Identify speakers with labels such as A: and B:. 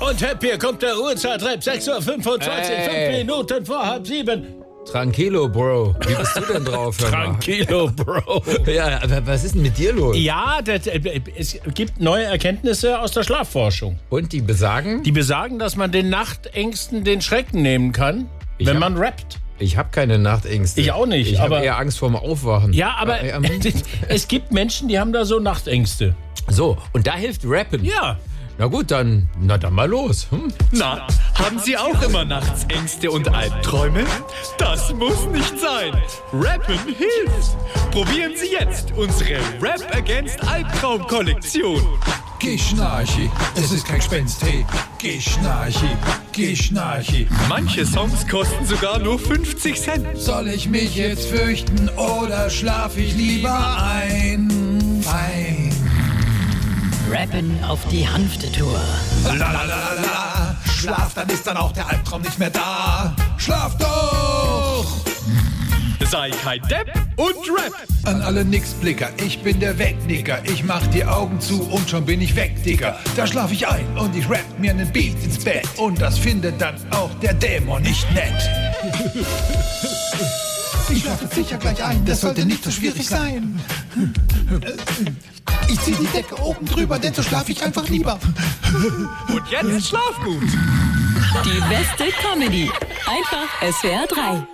A: und Hepp, hier kommt der Uhrzeitrap. 6.25 Uhr,
B: Ey.
A: fünf Minuten vor halb sieben.
B: Tranquilo, Bro. Wie bist du denn drauf? hör mal?
A: Tranquilo, Bro.
B: Ja, aber was ist denn mit dir los?
A: Ja, das, äh, es gibt neue Erkenntnisse aus der Schlafforschung.
B: Und die besagen,
A: Die besagen, dass man den Nachtängsten den Schrecken nehmen kann,
B: Ich
A: wenn
B: hab-
A: man rappt.
B: ich habe keine Nachtängste.
A: Ich auch nicht,
B: Ich
A: aber-
B: habe eher Angst vorm Aufwachen.
A: Ja, aber
B: Äh, ähm,
A: es gibt Menschen, die haben da so Nachtängste.
B: so, und da hilft Rappen.
A: Ja.
B: Na gut, dann, na dann mal los. Hm?
C: Na, haben Sie auch immer nachts Ängste und Albträume? Das muss nicht sein. Rappen hilft. Probieren Sie jetzt unsere Rap Against Albtraum Kollektion.
D: Geh schnarchi, es ist kein Gespenst, hey. Geh schnarchi, geh schnarchi.
C: Manche Songs kosten sogar nur 50 Cent.
D: Soll ich mich jetzt fürchten oder schlaf ich lieber ein? Ein.
E: Rappen auf die Hanftetour.
D: La la la la la. Schlaf, dann ist dann auch der Albtraum nicht mehr da. Schlaf doch!
C: Sei kein Depp und Rap.
D: An alle Nixblicker, ich bin der Wegnicker. Ich mach die Augen zu und schon bin ich weg, Digga. Da schlaf ich ein und ich rap mir nen Beat ins Bett. Und das findet dann auch der Dämon nicht nett. Ich schlafe sicher gleich ein, das sollte nicht so schwierig sein. Ich zieh die Decke oben drüber, denn so schlaf ich einfach lieber.
C: Und jetzt schlaf gut.
F: Die beste Comedy. Einfach SWR 3.